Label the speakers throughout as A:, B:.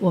A: 我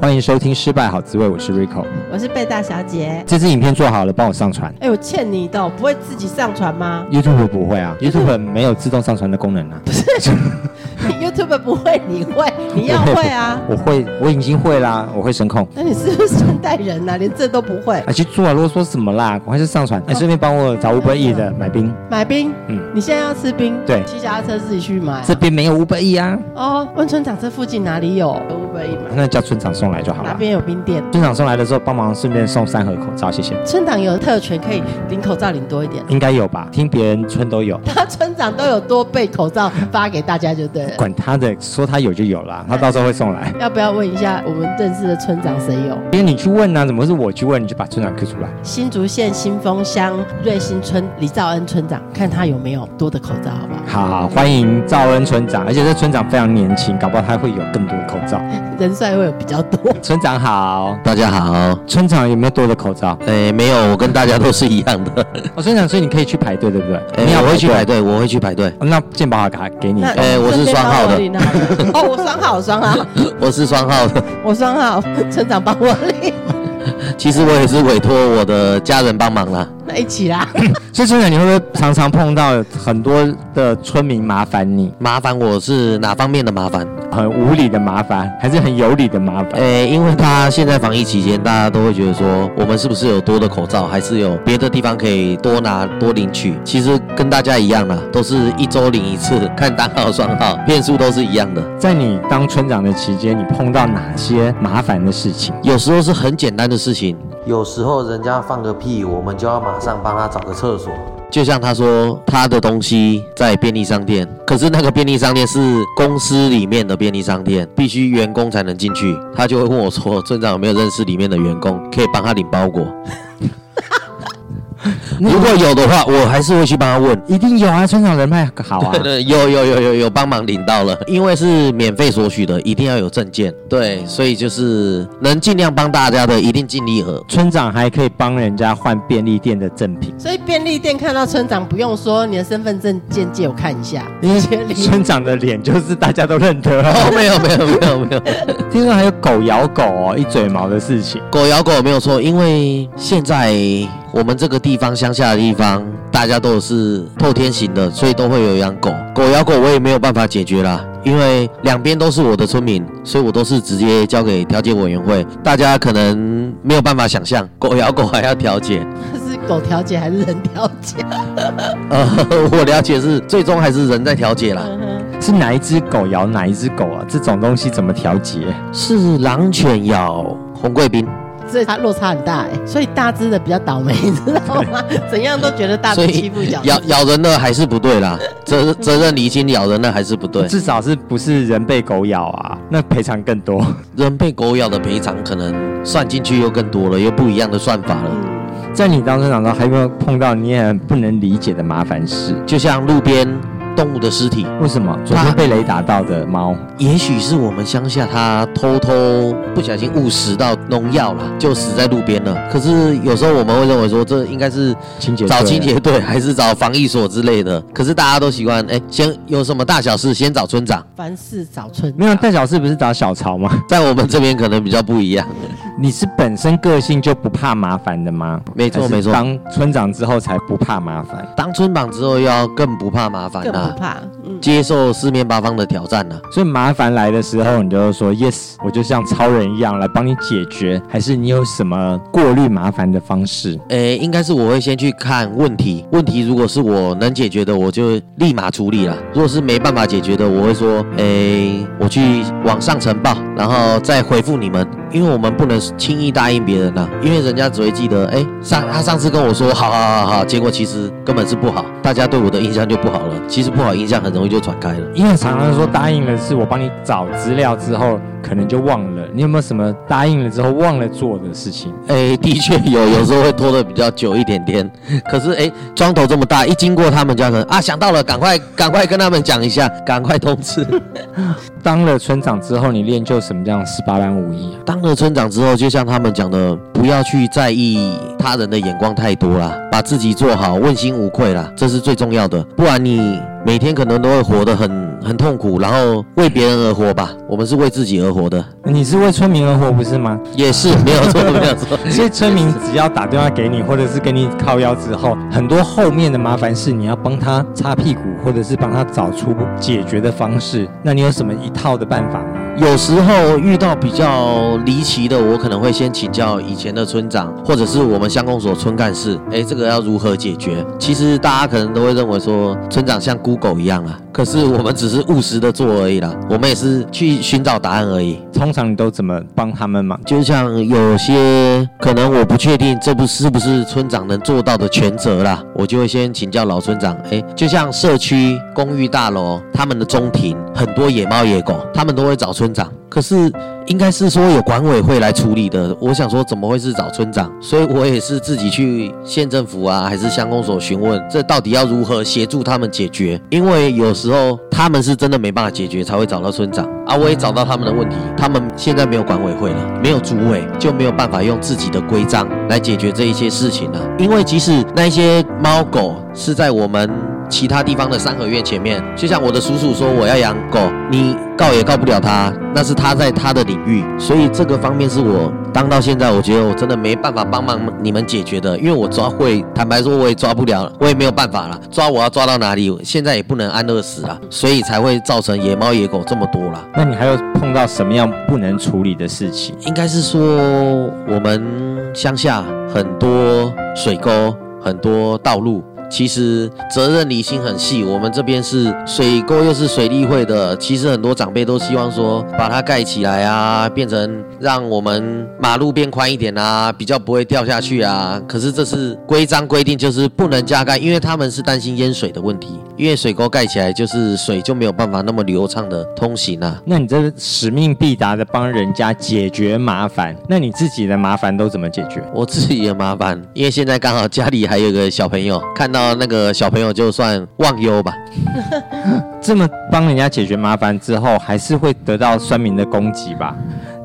B: 欢迎收听《失败好滋味》，我是 Rico。
C: 我是贝大小姐。
B: 这支影片做好了，帮我上传。
C: 哎、我欠你的，我不会自己上传 吗
B: YouTube 不会啊，YouTube 没有自动上传的功能啊。
C: ？YouTube 不会，你会，你要会 啊。
B: 我会，我已经会啦，我会声控。
C: 那你是不是现代人呐、连这都不会？
B: 啊，去做啊，啰嗦什么啦？赶快去上传。
C: 哦
B: 哎、顺便帮我找 Uber E 的买冰，
C: 买冰，
B: 嗯
C: 你现在要吃冰，
B: 对
C: 骑脚踏车自己去买啊、
B: 这边没有 Uber E 啊，
C: 哦，温村长这附近哪里
A: 哦
C: 有五百一买？
B: 那叫村长送来就好
C: 哪
B: 了。
C: 边有冰店？
B: 村长送来的时候，帮忙顺便送三盒口罩，谢谢。
C: 村长有特权，可以领口罩领多一点。
B: 应该有吧？听别人村都有，
C: 他村长都有多备口罩发给大家就对了。
B: 管他的，说他有就有啦，他到时候会送来。
C: 要不要问一下我们认识的村长谁有？
B: 因为你去问呐、啊，怎么是我去问？你就把村长 Q 出来。
C: 新竹县新丰乡瑞兴村李兆恩村长，看他有没有多的口罩，好不好？
B: 好好，欢迎赵恩村长，而且这村长非常年轻，搞不好他会有更多的口罩。
C: 人帅会有比较多。
B: 村长好，
D: 大家好，
B: 村长有没有多的口罩？
D: 诶、哎没有，我跟大家都是一样 的。
B: 哦，村长，所以你可以去排队，对不对？
D: 诶
B: 你要
D: 我
B: 回
D: 会
B: 去
D: 去
B: 排
D: 排
B: 队。
D: 队，我会去排队，
B: 哦那健保卡给你。
D: 哎我是双号的
C: 顺便帮 我领好了哦，我双号，我双号，
D: 我是双号的。
C: 我双号，村长帮我领，
D: 其实我也是委托我的家人帮忙啦。
C: 那一起啦。
B: 所以村长，你会不会常常碰到很多的村民麻烦你，
D: 麻烦我是哪方面的麻烦？
B: 很无理的麻烦，还是很有理的麻烦？
D: 诶、哎因为他现在防疫期间，大家都会觉得说，我们是不是有多的口罩，还是有别的地方可以多拿多领取？其实跟大家一样啦，都是一周领一次，看单号双号，变数都是一样的。
B: 在你当村长的期间，你碰到哪些麻烦的事情？
D: 有时候是很简单的事情，有时候人家放个屁，我们就要马上帮他找个厕所。就像他说，他的东西在便利商店，可是那个便利商店是公司里面的便利商店，必须员工才能进去。他就会问我说：“村长有没有认识里面的员工，可以帮他领包裹？”如果有的话，我还是会去帮他问。
B: 一定有啊，村长人脉好啊
D: 对。对，有有有有有帮忙领到了，因为是免费索取的，一定要有证件。对，所以就是能尽量帮大家的，一定尽力而。
B: 村长还可以帮人家换便利店的赠品，
C: 所以便利店看到村长，不用说你的身份证件借我看一下，
D: 嗯
B: 因
C: 直接
B: 为
C: 领
B: 村长的脸就是大家都认得哦。
D: 哦，没有没有没有没有，
B: 听说还有狗咬狗哦，一嘴毛的事情。
D: 狗咬狗没有错，因为现在我们这个地方乡下的地方，大家都是透天型的，所以都会有养狗。狗咬狗我也没有办法解决啦，因为两边都是我的村民，所以我都是直接交给调解委员会。大家可能没有办法想象，狗咬狗还要调解。
C: 是狗调解还是人调解？
D: 呃，我了解是最终还是人在调解啦。
C: 嗯哼
B: 是哪一只狗咬哪一只狗啊？这种东西怎么调节？
D: 是狼犬咬红贵宾，
C: 所以它落差很大哎，所以大只的比较倒霉，你知道吗？怎样都觉得大
D: 所
C: 只
D: 以
C: 啊欺负小只
D: 咬。咬人的还是不对啦，责责任厘清咬人的还是不对。
B: 至少是不是人被狗咬啊？那赔偿更多。
D: 人被狗咬的赔偿可能算进去又更多了，又不一样的算法了。
C: 嗯
B: 在你当村长的时候，还有没有碰到你也很不能理解的麻烦事？
D: 就像路边动物的尸体，
B: 为什么昨天被雷打到的 猫？
D: 也许是我们乡下它偷偷不小心误食到农药啦，就死在路边了。可是有时候我们会认为说，这应该是
B: 清洁队
D: 找清洁队还是找防疫所之类的。可是大家都习惯，哎，先有什么大小事先找村长。
C: 凡事找村
B: 没有，但小四不是找小曹吗？
D: 在我们这边可能比较不一样。
B: 你是本身个性就不怕麻烦的吗？
D: 没错
B: 还是
D: 没错
B: 当村长之后才不怕麻烦。
D: 当村长之后，要更不怕麻烦
C: 更
D: 啦、
C: 不怕。嗯，
D: 接受四面八方的挑战啦、
B: 所以麻烦来的时候，你就说 yes，我就像超人一样来帮你解决，还是你有什么过滤麻烦的方式？
D: 诶，应该是我会先去看问题，问题如果是我能解决的，我就立马处理啦。如果是没办法解决的，我会说，诶，我去往上呈报，然后再回复你们，因为我们不能轻易答应别人啦、因为人家只会记得，哎，上他上次跟我说好好好好，结果其实根本是不好，大家对我的印象就不好了，其实不好印象很容易就传开了。
B: 因为常常说答应了是我帮你找资料之后，可能就忘了。你有没有什么答应了之后忘了做的事情？
D: 哎，的确有，有时候会拖得比较久一点点。可是哎，庄头这么大，一经过他们家可能啊，想到了，赶快赶快跟他们讲一下，赶快通知。
B: 当了村长之后，你练就什么样十八般武艺啊？
D: 当了村长之后，就像他们讲的，不要去在意他人的眼光太多啦，把自己做好，问心无愧啦，这是最重要的。不然你每天可能都会活得很很痛苦，然后为别人而活吧。我们是为自己而活的，
B: 你是为村民而活，不是吗？
D: 也是没有错，没有错。
B: 所以村民只要打电话给你，或者是跟你靠腰之后，很多后面的麻烦事你要帮他擦屁股，或者是帮他找出解决的方式。那你有什么一套的办法吗？
D: 有时候遇到比较离奇的，我可能会先请教以前的村长，或者是我们乡公所村干事，哎，这个要如何解决？其实大家可能都会认为说，村长像 Google 一样啊，可是我们只是务实的做而已啦，我们也是去寻找答案而已。
B: 通常你都怎么帮他们嘛？
D: 就像有些可能我不确定这不是不是村长能做到的全责啦，我就会先请教老村长。哎，就像社区公寓大楼他们的中庭很多野猫野狗，他们都会找村长，可是。应该是说有管委会来处理的，我想说怎么会是找村长？所以我也是自己去县政府啊，还是乡公所询问，这到底要如何协助他们解决？因为有时候他们是真的没办法解决，才会找到村长啊。我也找到他们的问题，他们现在没有管委会了，没有主委，就没有办法用自己的规章来解决这一些事情了、因为即使那一些猫狗是在我们其他地方的三合院前面，就像我的叔叔说我要养狗，你告也告不了他，那是他在他的领域，所以这个方面是我当到现在，我觉得我真的没办法帮忙你们解决的，因为我抓会，坦白说我也抓不了，我也没有办法了，抓我要抓到哪里，现在也不能安乐死啊，所以才会造成野猫野狗这么多啦。
B: 那你还有碰到什么样不能处理的事情？
D: 应该是说我们乡下很多水沟，很多道路。其实责任厘清很细，我们这边是水沟又是水利会的，其实很多长辈都希望说把它盖起来啊，变成让我们马路变宽一点啊，比较不会掉下去啊。可是这是规章规定，就是不能加盖，因为他们是担心淹水的问题，因为水沟盖起来就是水就没有办法那么流畅的通行啊。
B: 那你这使命必达的帮人家解决麻烦，那你自己的麻烦都怎么解决？
D: 我自己也麻烦，因为现在刚好家里还有个小朋友，看到那个小朋友就算忘忧吧。
B: 这么帮人家解决麻烦之后，还是会得到酸民的攻击吧？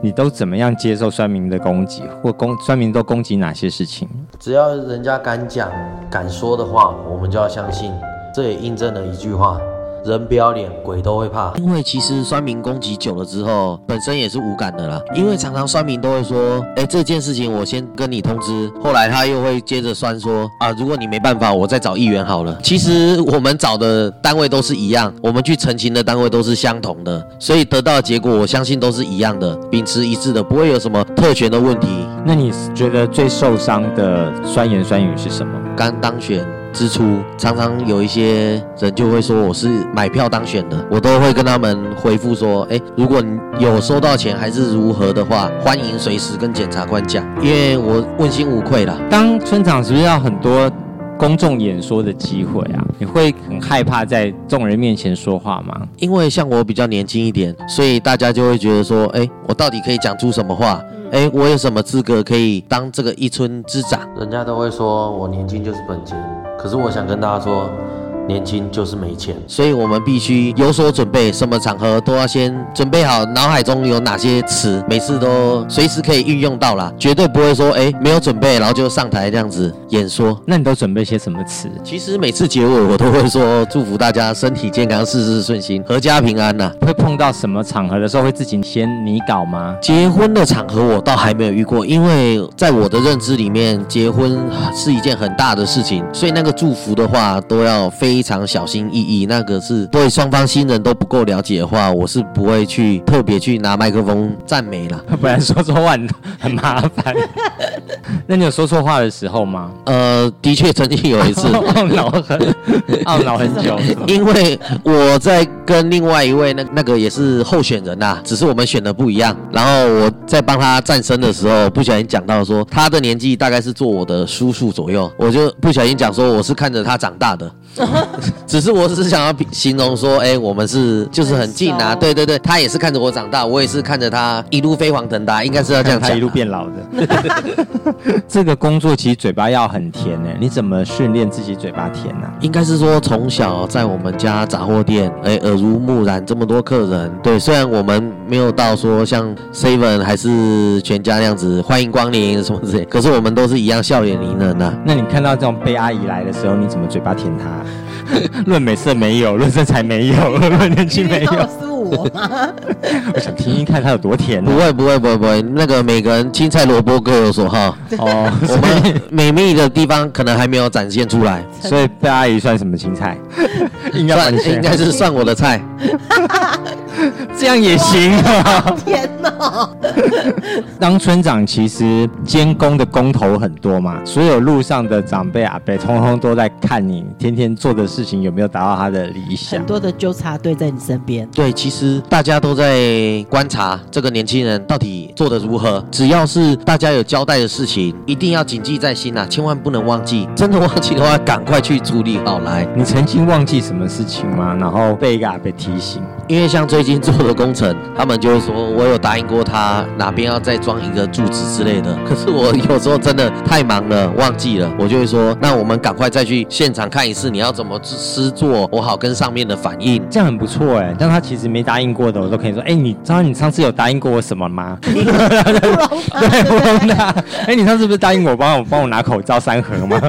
B: 你都怎么样接受酸民的攻击，或攻酸民都攻击哪些事情？
E: 只要人家敢讲、敢说的话，我们就要相信。这也印证了一句话：人不要脸，鬼都会怕。
D: 因为其实酸民攻击久了之后，本身也是无感的啦。因为常常酸民都会说，哎，这件事情我先跟你通知，后来他又会接着酸说，啊，如果你没办法，我再找议员好了。其实我们找的单位都是一样，我们去澄清的单位都是相同的，所以得到的结果我相信都是一样的，秉持一致的，不会有什么特权的问题。
B: 那你觉得最受伤的酸言酸语是什么？
D: 刚当选之初，常常有一些人就会说我是买票当选的，我都会跟他们回复说，哎，如果你有收到钱还是如何的话，欢迎随时跟检察官讲，因为我问心无愧啦。
B: 当村长是不是要很多公众演说的机会啊？你会很害怕在众人面前说话吗？
D: 因为像我比较年轻一点，所以大家就会觉得说，哎，我到底可以讲出什么话？哎，我有什么资格可以当这个一村之长？
E: 人家都会说我年轻就是本钱，可是我想跟大家说，年轻就是没钱。
D: 所以我们必须有所准备，什么场合都要先准备好，脑海中有哪些词，每次都随时可以运用到啦，绝对不会说哎没有准备，然后就上台这样子演说。
B: 那你都准备些什么词？
D: 其实每次结尾我都会说祝福大家身体健康，事事顺心，阖家平安啊呐、
B: 会碰到什么场合的时候会自己先拟稿吗？
D: 结婚的场合我倒还没有遇过，因为在我的认知里面，结婚是一件很大的事情，所以那个祝福的话都要非常小心翼翼。那个是对双方新人都不够了解的话，我是不会去特别去拿麦克风赞美啦。
B: 不然说错话很很麻烦。那你有说错话的时候吗？
D: 呃，的确曾经有一次，
B: 懊恼很懊恼很久，
D: 因为我在跟另外一位那那个也是候选人呐、只是我们选的不一样。然后我在帮他站身的时候，不小心讲到说他的年纪大概是做我的叔叔左右，我就不小心讲说我是看着他长大的。 只是我只是想要比形容说，哎、我们是就是很近
A: 很
D: 啊，
A: 熟
D: 对对对，他也是看着我长大，我也是看着他一路飞黄腾达，应该是要这样
B: 他
D: 讲啊。
B: 一路变老的。 这个工作其实嘴巴要很甜呢、你怎么训练自己嘴巴甜啊呢、
D: 应该是说从小在我们家杂货店，哎，耳濡目染这么多客人。对，虽然我们没有到说像 Seven 还是全家那样子欢迎光临什么之类，可是我们都是一样笑脸迎人啊呐、
B: 那你看到这种被阿姨来的时候，你怎么嘴巴甜她、 论美色没有，论身材没有， 论年纪
C: 因
B: 没
C: 为
B: 有
C: 都。有是我吗？
B: 我想听听看她有多甜啊
D: 不
B: 呢、
D: 会不会不会不会，那个每个人青菜萝卜各有所好，
B: 哦，
D: 我们美丽的地方可能还没有展现出来，
B: 所以被阿姨算什么青菜？ 应该
D: 算
B: 蛮
D: 应该是算我的菜。
B: 这样也行啊。
C: 天哪！
B: 当村长其实监工的工头很多嘛，所有路上的长辈阿伯通通都在看你天天做的事情有没有达到他的理想
C: 很。多的纠察队在你身边，
D: 对，其实大家都在观察这个年轻人到底做得如何。只要是大家有交代的事情，一定要谨记在心啊，千万不能忘记。真的忘记的话，赶快去处理好来。
B: 你曾经忘记什么事情吗？然后被一个阿伯提醒，
D: 因为像最近做的工程，他们就会说我有答应过他哪边要再装一个柱子之类的。可是我有时候真的太忙了，忘记了，我就会说，那我们赶快再去现场看一次，你要怎么施做，我好跟上面的反应。
B: 这样很不错哎。但他其实没答应过的，我都可以说，哎、你知道你上次有答应过我什么 吗？对，不用的。哎、你上次不是答应我帮我帮我拿口罩三盒 吗？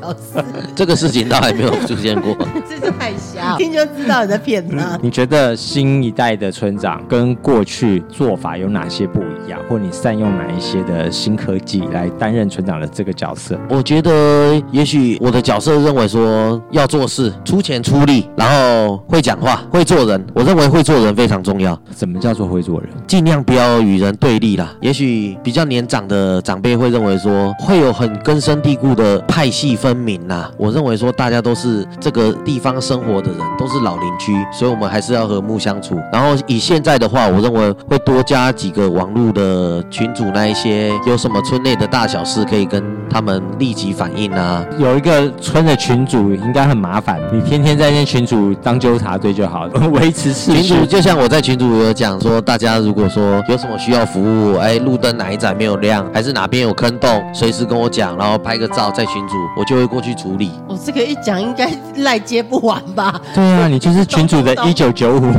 C: 老师，
D: 这个事情倒还没有出现过。
C: 这是太瞎，嗯听就知道你在骗他。
B: 你觉得新一代的村长跟过去做法有哪些不一样，或你善用哪一些的新科技来担任村长的这个角色？
D: 我觉得也许我的角色认为说要做事，出钱出力，然后会讲话，会做人。我认为会做人非常重要，
B: 怎么叫做会做人？
D: 尽量不要与人对立啦。也许比较年长的长辈会认为说，会有很根深蒂固的派系分明啦。我认为说大家都是这个地方生活的人，都是老邻居，所以我们还是要和睦相处。然后以现在的话，我认为会多加几个网络的群组，那一些有什么村内的大小事可以跟他们立即反映啊。
B: 有一个村的群主应该很麻烦，你天天在那群主当纠察队就好了， 维持秩
D: 群
B: 序
D: 主。就像我在群主有讲说，大家如果说有什么需要服务，哎，路灯哪一盏没有亮，还是哪边有坑洞，随时跟我讲，然后拍个照在群主，我就会过去处理。
C: 我哦这个一讲应该赖接不完吧？
B: 对啊，你就是群主的
C: 懂
B: 一九九五。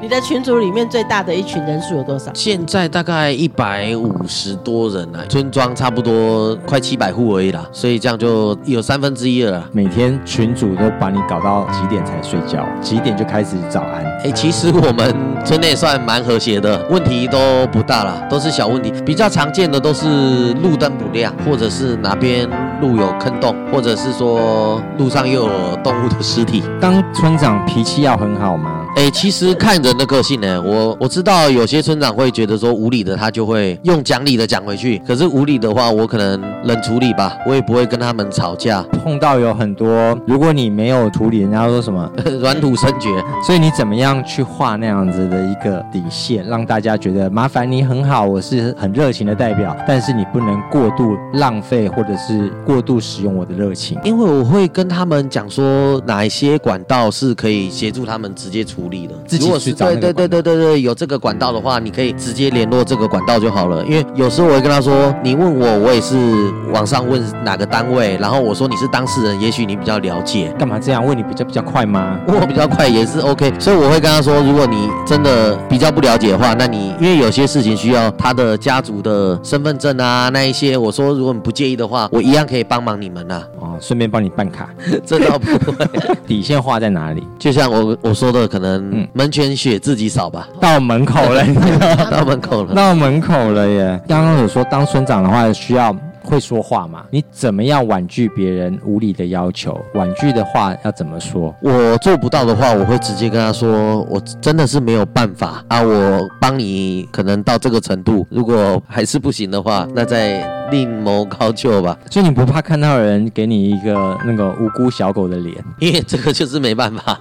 C: 你的群组里面最大的一群人数有多少？
D: 现在大概一百五十多人啊，村庄差不多快七百户而已啦，所以这样就有三分之一了啦。
B: 每天群主都把你搞到几点才睡觉，几点就开始早安。
D: 哎，其实我们村内算蛮和谐的，问题都不大啦，都是小问题。比较常见的都是路灯不亮，或者是哪边路有坑洞，或者是说路上又有动物的尸体。
B: 当村长脾气要很好吗？
D: 哎，其实看人的个性呢、我我知道有些村长会觉得说无理的，他就会用讲理的讲回去。可是无理的话，我可能冷处理吧，我也不会跟他们吵架，
B: 碰到有很多，如果你没有处理，人家说什么？
D: 软土生绝。
B: 所以你怎么样去画那样子的一个底线，让大家觉得麻烦你很好，我是很热情的代表，但是你不能过度浪费或者是过度使用我的热情。
D: 因为我会跟他们讲说哪一些管道是可以协助他们直接处理的。
B: 自己
D: 如果
B: 去
D: 是
B: 找
D: 对
B: 那个
D: 对对对对对，有这个管道的话，你可以直接联络这个管道就好了。因为有时候我会跟他说，你问我，我也是网上问哪个单位，然后我说你是当事人，也许你比较了解。
B: 干嘛这样？问你比较比较快吗？
D: 我 比较快也是 OK，所以我会跟他说，如果你真的比较不了解的话，那你因为有些事情需要他的家族的身份证啊，那一些，我说如果你不介意的话，我一样可以帮忙你们呐、
B: 哦，顺便帮你办卡，
D: 这倒不会。
B: 底线画在哪里？
D: 就像我我说的，可能
B: 嗯
D: 门前雪自己扫吧，
B: 到门口了，你知道吗
D: 到门口了。
B: 到门口了耶。刚刚有说当村长的话需要会说话嘛，你怎么样婉拒别人无理的要求？婉拒的话要怎么说？
D: 我做不到的话，我会直接跟他说，我真的是没有办法啊，我帮你可能到这个程度，如果还是不行的话，那再另谋高就吧，
B: 所以你不怕看到人给你一个那个无辜小狗的脸？
D: 因为这个就是没办法。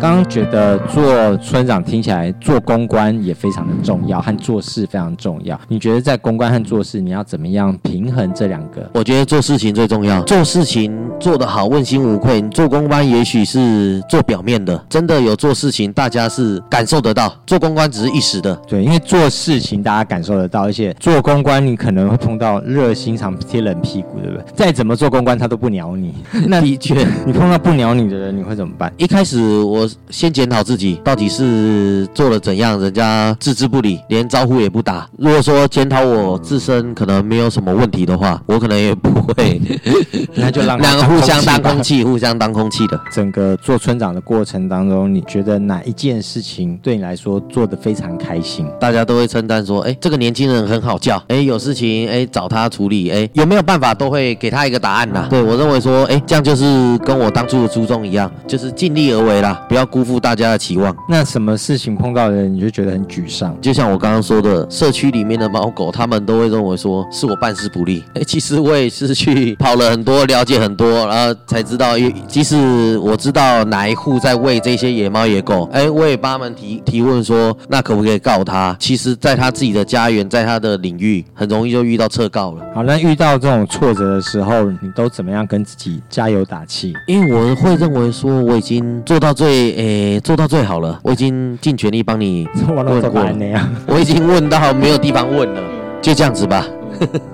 B: 刚刚觉得做村长听起来做公关也非常的重要，和做事非常重要。你觉得在公关和做事，你要怎么样平衡这两个？
D: 我觉得做事情最重要，做事情做得好，问心无愧。你做公关也许是做表面的，真的有做事情，大家是感受得到。做公关只是一时的，
B: 对，因为做事情大家感受得到，而且做公关你可能会碰到热心肠贴冷屁股，对不对？再怎么做公关他都不鸟 你，那
D: 的确。
B: 你碰到不鸟你的人，你会怎么办？
D: 一开始我先检讨自己到底是做了怎样，人家置之不理，连招呼也不打。如果说检讨我自身可能没有什么问题的话，我可能也不会，
B: 那就 让他
D: 两个
B: 当
D: 互
B: 空
D: 相
B: 气
D: 当
B: 吧
D: 空气，互相当空气的。
B: 整个做村长的过程当中，你觉得哪一件事情对你来说做得非常开心？
D: 大家都会称赞说，哎，这个年轻人很好叫，哎，有事情哎找他处理，哎，有没有办法都会给他一个答案啦。对我认为说，哎，这样就是跟我当初的初衷一样，就是尽力而为啦，不要辜负大家的期望。
B: 那什么事情碰到的人你就觉得很沮丧？
D: 就像我刚刚说的，社区里面的猫狗，他们都会认为说是我办事不力。 哎，其实我也是去跑了很多，了解很多，然后才知道， 因即使我知道哪一户在喂这些野猫野狗，哎，我也帮他们提提问说，那可不可以告他？其实，在他自己的家园，在他的领域，很容易就遇到撤告了。
B: 好，那遇到这种挫折的时候，你都怎么样跟自己加油打气？
D: 因为我会认为说，我已经做到最，诶，做到最好了，我已经尽全力帮你，
B: 我都怎么那样？
D: 我已经问到没有地方问了，就这样子吧，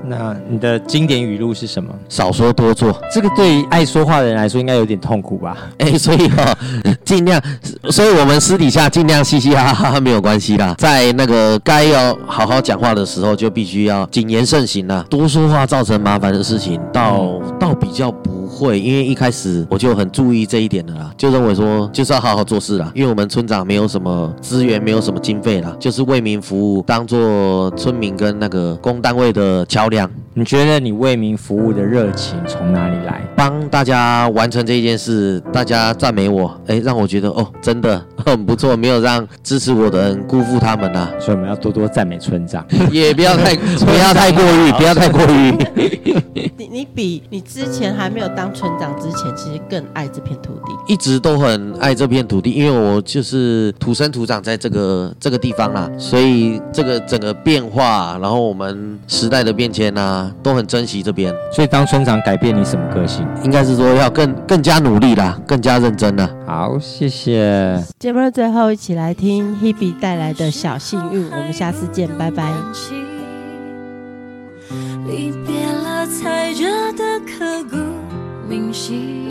B: 那你的经典语录是什么？
D: 少说多做。
B: 这个对于爱说话的人来说，应该有点痛苦吧？
D: 哎、所以哈、哦，尽量，所以我们私底下尽量嘻嘻哈哈没有关系啦，在那个该要好好讲话的时候，就必须要谨言慎行啦。多说话造成麻烦的事情，倒倒比较不会，因为一开始我就很注意这一点的啦，就认为说就是要好好做事啦，因为我们村长没有什么资源，没有什么经费啦，就是为民服务，当做村民跟那个公单位的桥梁。
B: 你觉得你为民服务的热情从哪里来？
D: 帮大家完成这件事，大家赞美我，哎，让我觉得哦，真的 很不错，没有让支持我的人辜负他们呐、
B: 所以我们要多多赞美村 长。
D: 也不要太不要太过于，不要太过于。
C: 你你比你之前还没有当村长之前，其实更爱这片土地。
D: 一直都很爱这片土地，因为我就是土生土长在这个这个地方啦，所以这个整个变化，然后我们时代的变迁啊，都很珍惜这边。
B: 所以当村长改变你什么个性？
D: 应该是说要更更加努力啦，更加认真啊啦。
B: 好，谢谢。
C: 节目的最后，一起来听 Hebe 带来的小幸运。我们下次见，拜拜。
F: 离别了才觉得刻骨铭心。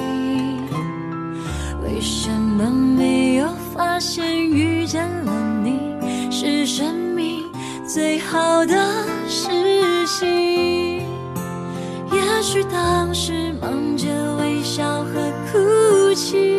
F: 为什么没有发现遇见了你是生命最好的事情？也许当时忙着微笑和哭泣。